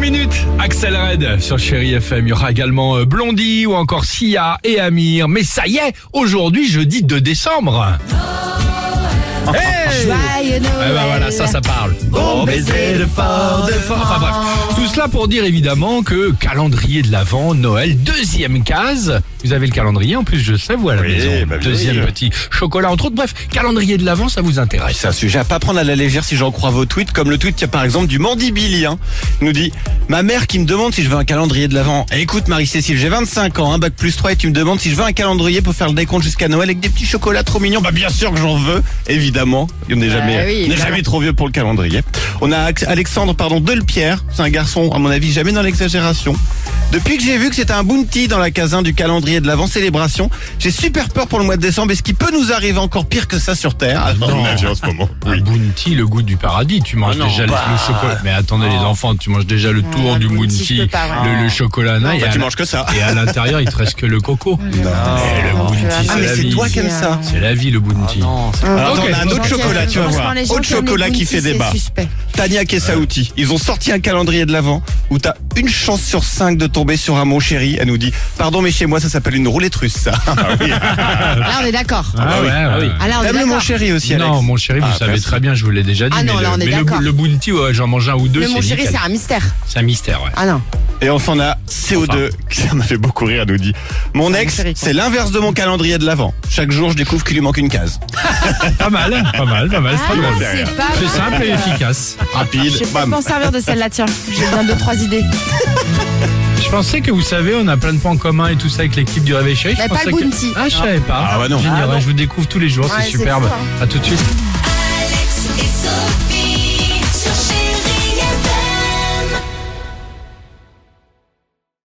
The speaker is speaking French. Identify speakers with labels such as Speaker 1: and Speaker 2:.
Speaker 1: minutes, Axel Red sur Chéri FM. Il y aura également euh, Blondie ou encore Sia et Amir. Mais ça y est, aujourd'hui, jeudi 2 décembre. Hey
Speaker 2: Oh, Joyeux
Speaker 1: Ouais, bah, voilà,
Speaker 2: Noël.
Speaker 1: ça, ça parle. Oh,
Speaker 2: Bon baiser de fort, de fort.
Speaker 1: Enfin bref, tout cela pour dire évidemment que calendrier de l'Avent, Noël, deuxième case. Vous avez le calendrier, en plus je sais, vous à la
Speaker 3: Oui,
Speaker 1: maison.
Speaker 3: bah, bien
Speaker 1: deuxième
Speaker 3: sûr.
Speaker 1: petit chocolat, entre autres. Bref, calendrier de l'Avent, ça vous intéresse.
Speaker 3: Ah, C'est un sujet à pas prendre à la légère si j'en crois vos tweets, comme le tweet qui a par exemple du Mandibilien. Il nous dit Ma mère qui me demande si je veux un calendrier de l'avant. Eh, Écoute Marie-Cécile, j'ai 25 ans, un bac plus 3 et tu me demandes si je veux un calendrier pour faire le décompte jusqu'à Noël avec des petits chocolats trop mignons. Bah bien sûr que j'en veux, évidemment. On n'est jamais,
Speaker 2: oui,
Speaker 3: on n'est
Speaker 2: évidemment.
Speaker 3: jamais trop vieux pour le calendrier. On a Ax- Alexandre, pardon, Delpierre. C'est un garçon, à mon avis, jamais dans l'exagération. Depuis que j'ai vu que c'était un bounty dans la casin du calendrier de l'avant célébration, j'ai super peur pour le mois de décembre. Est-ce qu'il peut nous arriver encore pire que ça sur Terre
Speaker 1: non.
Speaker 3: en ce moment.
Speaker 1: Un bounty, le goût du paradis. Tu manges
Speaker 3: Ah non,
Speaker 1: déjà le- le
Speaker 3: bah,
Speaker 1: chocolat. Mais attendez, les enfants, tu manges déjà le tour
Speaker 2: un
Speaker 1: du
Speaker 2: Ah, bounty,
Speaker 1: bounty,
Speaker 2: je peux pas, ouais.
Speaker 1: le, le chocolat nain, et,
Speaker 3: Bah,
Speaker 1: à
Speaker 3: tu
Speaker 1: la-
Speaker 3: manges que ça.
Speaker 1: et à l'intérieur, il te reste que le coco. Eh, le
Speaker 2: Ah, Non,
Speaker 1: bounty,
Speaker 2: je vais
Speaker 1: c'est
Speaker 3: Ah, mais
Speaker 1: la
Speaker 3: c'est Ah,
Speaker 1: vie.
Speaker 3: toi qui aimes ça.
Speaker 1: C'est la vie, le bounty.
Speaker 3: Alors, attends,
Speaker 1: Ah, Ok.
Speaker 3: on a un autre chocolat, tu vas voir. Autre chocolat qui fait débat. Tania Kessaouti, ils ont sorti un calendrier de l'avant où t'as une chance sur cinq de tomber sur un mon chéri. Elle nous dit, pardon, mais chez moi, ça s'appelle une roulette russe, ça.
Speaker 2: Là, on est d'accord.
Speaker 1: Ah ouais, ouais.
Speaker 2: Ah, là, on est
Speaker 3: T'aimes le mon
Speaker 2: d'accord.
Speaker 3: chéri aussi, Alex
Speaker 1: Non, mon chéri, vous
Speaker 3: Ah,
Speaker 1: savez
Speaker 3: merci.
Speaker 1: très bien, je vous l'ai déjà dit.
Speaker 2: Ah
Speaker 1: mais
Speaker 2: non,
Speaker 1: le,
Speaker 2: là, on est
Speaker 1: mais le-
Speaker 2: d'accord.
Speaker 1: le bounty, ouais, j'en mange un ou deux,
Speaker 2: Le
Speaker 1: c'est
Speaker 2: mon chéri,
Speaker 1: nickel.
Speaker 2: c'est un mystère.
Speaker 1: C'est un mystère, ouais.
Speaker 2: Ah non.
Speaker 3: Et enfin, on a CO2, ça m'a fait beaucoup rire, elle nous dit, mon ex,
Speaker 2: chéri, quoi.
Speaker 3: c'est l'inverse de mon calendrier de l'avant. Chaque jour, je découvre qu'il lui manque une case.
Speaker 1: Pas mal, hein, pas mal, pas mal.
Speaker 2: Ah,
Speaker 1: pas mal.
Speaker 2: c'est pas
Speaker 1: C'est simple et
Speaker 2: mal.
Speaker 1: efficace.
Speaker 2: Je
Speaker 3: Rapide,
Speaker 2: vais peut-être
Speaker 3: bam.
Speaker 2: m'en servir de celle-là, tiens. J'ai bien deux, trois idées.
Speaker 1: Je pensais que vous savez, on a plein de points en commun et tout ça avec l'équipe du Réveil Chéri. Je
Speaker 2: Mais pas
Speaker 1: pensais
Speaker 2: le
Speaker 1: que-
Speaker 2: bounty.
Speaker 1: Ah, je savais pas.
Speaker 3: Ah, bah non.
Speaker 1: Génial,
Speaker 2: Ah, non.
Speaker 1: je vous découvre tous les jours,
Speaker 2: Ouais,
Speaker 1: c'est
Speaker 2: c'est
Speaker 1: superbe.
Speaker 2: fort.
Speaker 1: À tout de suite.
Speaker 4: Alex et Sophie.